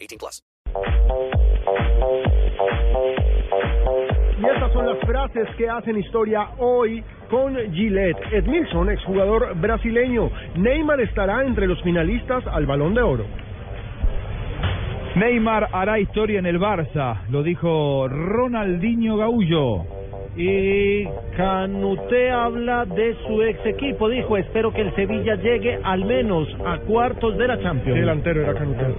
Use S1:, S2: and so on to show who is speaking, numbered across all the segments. S1: 18 plus.
S2: Y estas son las frases que hacen historia hoy con Gillette. Edmilson, exjugador brasileño. Neymar estará entre los finalistas al Balón de Oro.
S3: Neymar hará historia en el Barça, lo dijo Ronaldinho Gaullo.
S4: Y Canute habla de su ex equipo, dijo, espero que el Sevilla llegue al menos a cuartos de la Champions.
S2: Delantero era Canutero.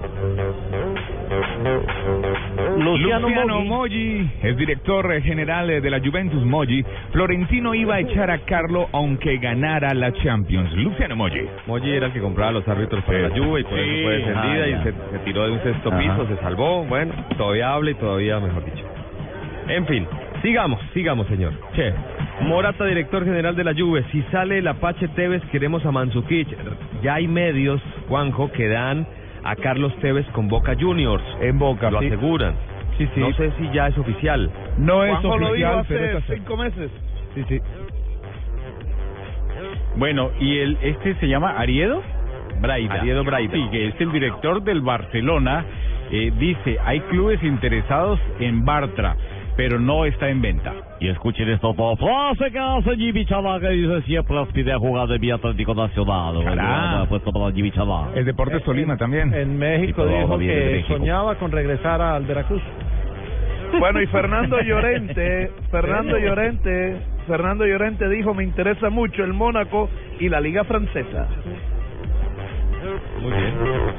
S4: Luciano,
S3: Luciano
S4: Moggi.
S3: Moggi es director general de la Juventus Moggi. Florentino iba a echar a Carlo aunque ganara la Champions. Luciano Moggi.
S5: Moji era el que compraba los árbitros para la Juve y por eso fue defendida
S3: Ah,
S5: y se, se tiró de un sexto piso, se salvó. Bueno, todavía habla y todavía, mejor dicho. En fin, sigamos, sigamos, señor. Che, Morata, director general de la Juve. Si sale el Apache Tevez, queremos a Manzukic. Ya hay medios, Juanjo, que dan a Carlos Tevez con Boca Juniors. En Boca, lo
S3: sí.
S5: aseguran.
S3: Sí, sí.
S5: No sé si ya es oficial.
S3: No es
S6: Juanjo lo dijo
S3: oficial, pero
S6: hace
S3: es así.
S6: cinco meses.
S3: Sí, sí.
S7: Bueno, y el este se llama Ariedo Braida.
S5: Ariedo Braida.
S7: Sí, que es el director del Barcelona. eh, dice, hay clubes interesados en Bartra, pero no está en venta.
S8: Y escuchen esta otra frase que hace Jimmy Chalá, que dice siempre aspiré a jugar de mi Atlético Nacional.
S7: Cará.
S8: Bueno, puesto para Jimmy Chalá.
S7: El Deportes Tolima también.
S4: Eh, En México
S8: Y todo
S4: dijo
S8: viene de
S4: que
S8: México.
S4: soñaba con regresar al Veracruz.
S6: Bueno, y Fernando Llorente, Fernando Llorente, Fernando Llorente dijo, me interesa mucho el Mónaco y la Liga Francesa.
S5: Muy bien.